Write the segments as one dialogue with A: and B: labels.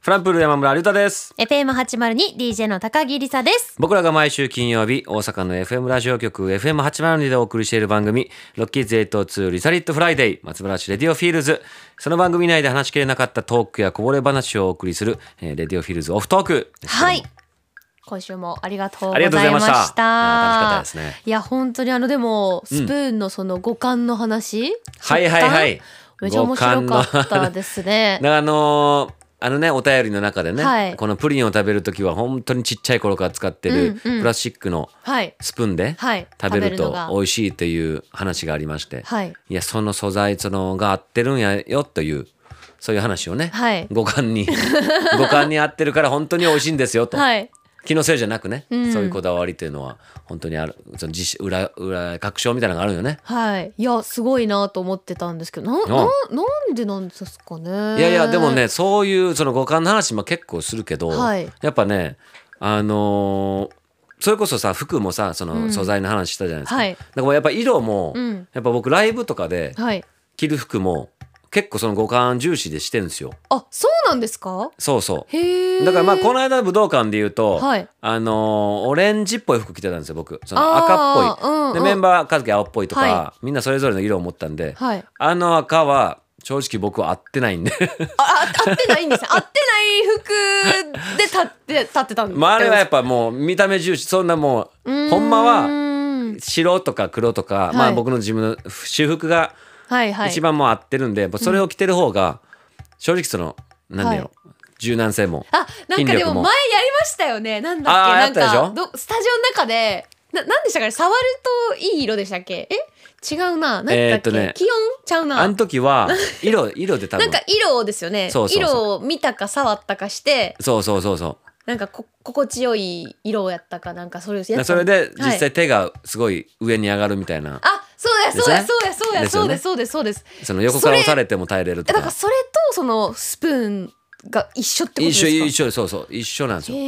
A: フランプール山村有太です。
B: FM802 DJ の高木梨沙です。
A: 僕らが毎週金曜日、大阪の FM ラジオ局 FM802 でお送りしている番組、ロッキーズ802リサリットフライデー、松原市レディオフィールズ。その番組内で話しきれなかったトークやこぼれ話をお送りする、えーレディオフィールズオフトーク。
B: はい。今週もありがとうご
A: あ
B: ざ
A: り
B: い
A: がとうござい
B: ま
A: まし
B: し。
A: たたいや楽しかったですね
B: いや本当にあのでもスプーンのその五感の話、
A: はいはいはい
B: 食感めちゃ面白かったですね
A: だか。らあのーあのねお便りの中でね、
B: はい
A: このプリンを食べる時は本当にちっちゃい頃から使ってる
B: うんうん
A: プラスチックの
B: はい
A: スプーンで
B: はい
A: 食べる
B: 食べるの
A: と
B: が
A: 美味しいという話がありまして、
B: はい
A: いやその素材そのが合ってるんやよというそういう話をね、
B: はい
A: 五感に 五感に合ってるから本当に美味しいんですよと、
B: はい
A: 気のせいじゃなくね、
B: ん
A: そういうこだわりというのは本当にあるその自信裏裏確証みたいなのがあるよね。
B: はい。いやすごいなと思ってたんですけど、なん
A: ん
B: なんなんでなんですかね。
A: いやいやでも。ねそういうその五感の話も結構するけど、
B: はい
A: やっぱねあのーそれこそさ服もさその素材の話したじゃないですか、
B: はい
A: だからやっぱ色も、
B: うん
A: やっぱ僕ライブとかで
B: はい。
A: 着る服も結構その五感重視でしてるんですよ
B: あそうなんですか。
A: そうそ
B: へ
A: う
B: え。
A: だからまあこの間武道館で言うと、
B: はい
A: あのーオレンジっぽい服着てたんですよ僕その赤
B: あ
A: っ
B: ー
A: ぽい、
B: うん
A: で
B: うん
A: メンバー和樹青っぽいとか、
B: は
A: みんなそれぞれの色を持ったんで、
B: はい。
A: あの赤は正直僕は合ってないんで
B: ああ合ってないんですね。合ってない服で立って立ってたんです。
A: まあ、あれはやっぱもう見た目重視そんなもう
B: うーん
A: ほんまは白とか黒とか、ま
B: は
A: あ、
B: い
A: 僕の自分の私服が
B: はいはい
A: 一番もう合ってるんで、やっぱそれを着てる方が正直その何だよ、柔軟性も
B: あなんか
A: 筋
B: で
A: 力
B: も
A: も
B: 前やりましたよねなんだっ
A: あー
B: けなん
A: やった
B: か
A: でし
B: どスタジオの中でななんでしたかね触るといい色でしたっけえ違うななんだっけ、
A: えーっとね
B: 気温ちゃうな
A: あの時 は色色で多
B: な
A: 分
B: んか色をですよね
A: そうそうそう
B: 色を見たか触ったかして
A: そうそうそうそう
B: なんかこ心地よい色をやったかなんかそれを
A: だか
B: やっ
A: ら
B: た
A: それで
B: は
A: 実
B: い
A: 際手がすごい上に上がるみたいな、
B: あそうやそうや
A: ですね
B: そうやそうや
A: です
B: そう
A: よ
B: で
A: ね
B: すそうですそうです
A: その横から押されても耐えれる
B: え
A: と
B: だから
A: か
B: それとそのスプーンが一緒ってことで
A: 一
B: す
A: 緒
B: か
A: 一緒そうそう一緒なんですよ
B: へ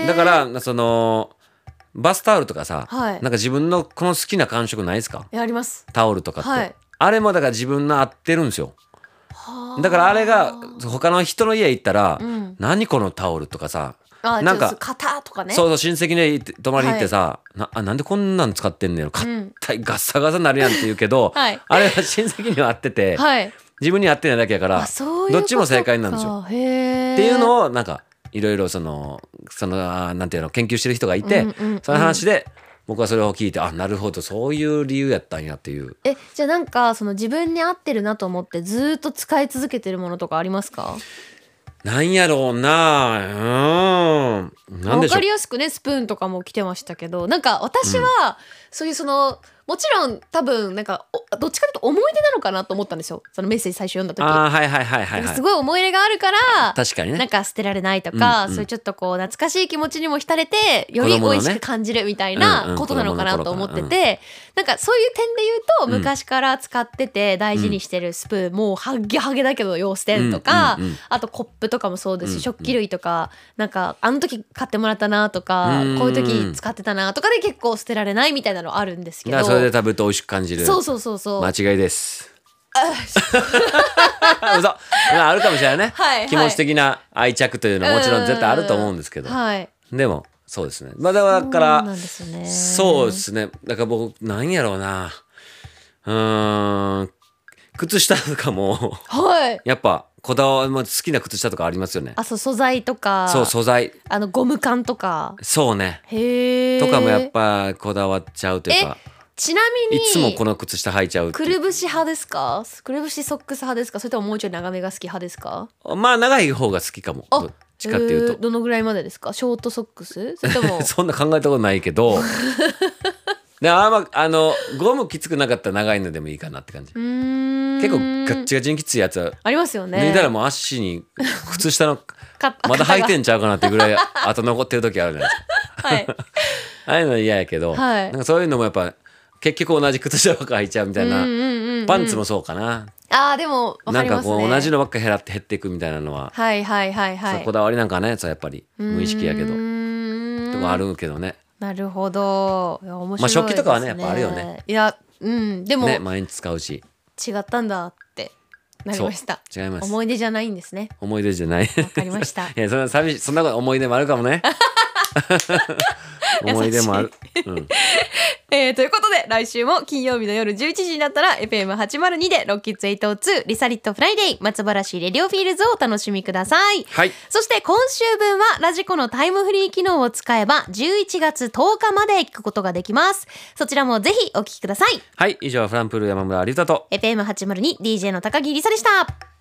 B: ー
A: だからそのバスタオルとかさ、
B: はい
A: なんか自分のこの好きな感触ないですか
B: やります
A: タオルとかって、
B: はい
A: あれもだから自分の合ってるんですよだからあれが他の人の家行ったら「
B: うん
A: 何このタオル」とかさ
B: あ
A: なんか
B: ちょっと型とかね
A: そうそう親戚の家行って泊まりに行ってさ、なあなんでこんなん使ってんねんか
B: ん
A: ったいガッサガサになるやんって言うけど、
B: はい
A: あれは親戚には合ってて、
B: はい
A: 自分に合ってないだけやから
B: あそういう
A: どっちも正解なんですよ。
B: よへ
A: っていう
B: を
A: のをなんかいろいろそのそのあーなんていうの研究してる人がいて、
B: うんうんうん
A: その話で僕はそれを聞いてあなるほどそういう理由やったんやっていう。
B: えじゃあなんかその自分に合ってるなと思ってずーっと使い続けてるものとかありますか
A: なんやろうなうーん。なんで
B: わ
A: しょ
B: か
A: う
B: り。やすくねスプーンとかも来てましたけどなんか私はそういうその、もちろん多分なんかおどっちかというと思い出なのかなと思ったんですよそのメッセージ最初読んだ時、
A: ああーはいはいはいはいはい
B: す。ごい思い入れがあるから
A: 確かに
B: なん
A: ね。
B: か捨てられないと
A: う
B: か、
A: んうん
B: そういうちょっとこう懐かしい気持ちにも浸れてより
A: 子供のね
B: 美味しく感じるみたい
A: うんう
B: なんことなのかなと思ってて、
A: 子供の頃か
B: なんかそういう点で言うと、
A: うん
B: 昔から使ってて大事にしてるスプーン、もうハッゲハゲだけど用捨てんとか、
A: うんうんうん
B: あとコップとかもそうですし、
A: うんうん
B: 食器類とかなんかあの時買ってもらったなとか、
A: うん
B: こういう時使ってたなとかで結構捨てられないみたいなのあるんですけ
A: だ
B: ど
A: からそれで食べると美味しく感じる。
B: そうそうそうそう、
A: 間違いです。嘘。まああるかもしれないね。
B: はいはい
A: 気持ち的な愛着というのはもちろん絶対あると思うんですけど。
B: はい
A: でもそうですね。まあだから
B: そうなんですよね
A: そうですね。だから僕なんやろうな。うーん靴下とかも
B: はい
A: やっぱこだわりまあ好きな靴下とかありますよね。
B: あそう素材とか
A: そう素材
B: あのゴム感とか
A: そうね。
B: へえ
A: とかもやっぱこだわっちゃうというか。
B: ちなみ
A: い
B: に
A: つもこの靴下履いちゃうって
B: く
A: いう
B: るぶし派ですかくるぶしソックス派ですかそれとももうちょい長めが好き派ですか
A: まあ長い方が好きかも
B: あ
A: どっちかっていうと、
B: えーどのぐらいまでですかショートソックスそれとも
A: そんな考えたことないけ どであんまあのゴムきつくなかったら長いのでもいいかなって感じ
B: うーん
A: 結構ガッチガチにきついやつは
B: ありますよね
A: 脱いだらもう足に靴下 の
B: か
A: まだ
B: 肩
A: 履い
B: が
A: てんちゃうかなってぐ らい後残ってる時あるじゃないです か
B: はい
A: ああいう の嫌やけど、
B: は
A: な
B: い
A: んかそういうのもやっぱ結局同じ靴下ばっか履いちゃうみたいな、
B: うんうんうんうん
A: パンツもそうかな、
B: あーでもわか
A: なん
B: り
A: か
B: ますね
A: こう同じのばっか減らって減っていくみたいなのは、
B: はいはいはいは
A: そ
B: いう
A: こだわりなんかねそうやっぱり無意識やけど
B: うーん
A: とかあるけどね
B: なるほどいや面白いですね、
A: まあ食器とかはねやっぱあるよね
B: いやうんでも、
A: ね毎日使うし
B: 違ったんだってなりました
A: 違います
B: 思い出じゃないんですね
A: 思い出じゃない
B: わかりました
A: いやそんな寂しいそんなこと思い出もあるかも ね 思い出もある、うん、
B: えーということで来週も金曜日の夜11時になったら FM802 で「ロッキッツ802リサリットフライデー松原市レディオフィールズ」をお楽しみください。
A: はい
B: そして今週分はラジコのタイムフリー機能を使えば11月10日まで聞くことができます。そちらもぜひお聞きください。
A: はい以上フランプール山村有太と
B: FM802DJ の高木りさでした。